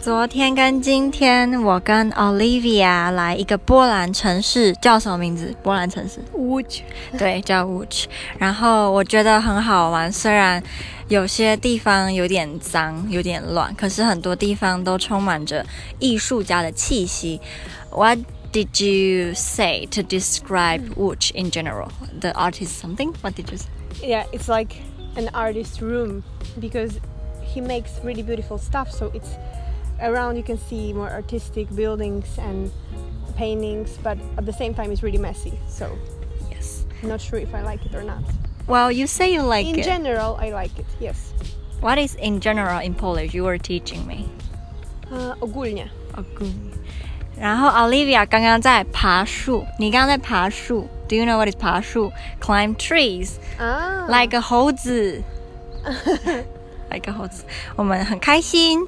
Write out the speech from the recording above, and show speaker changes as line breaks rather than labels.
昨天跟今天，我跟 Olivia 来一个波兰城市，叫什么名字？波兰城市，
Łódź
对，叫 w u c h 然后我觉得很好玩，虽然有些地方有点脏，有点乱，可是很多地方都充满着艺术家的气息。What did you say to describe w u c h in general? The artist something? What did you say?
yeah it's like an artist room because he makes really beautiful stuff so it's around you can see more artistic buildings and paintings but at the same time it's really messy so
Yes.
not sure if i like it or not
Well, you say you like
in
it.
general i like it yes
What is in general in Polish? You were teaching me.
uh, ogólnie
然后 Olivia 刚刚在爬树，你刚刚在爬树。Do you know what is 爬树？Climb trees
ah
like a 猴子，like a 猴子。我们很开心。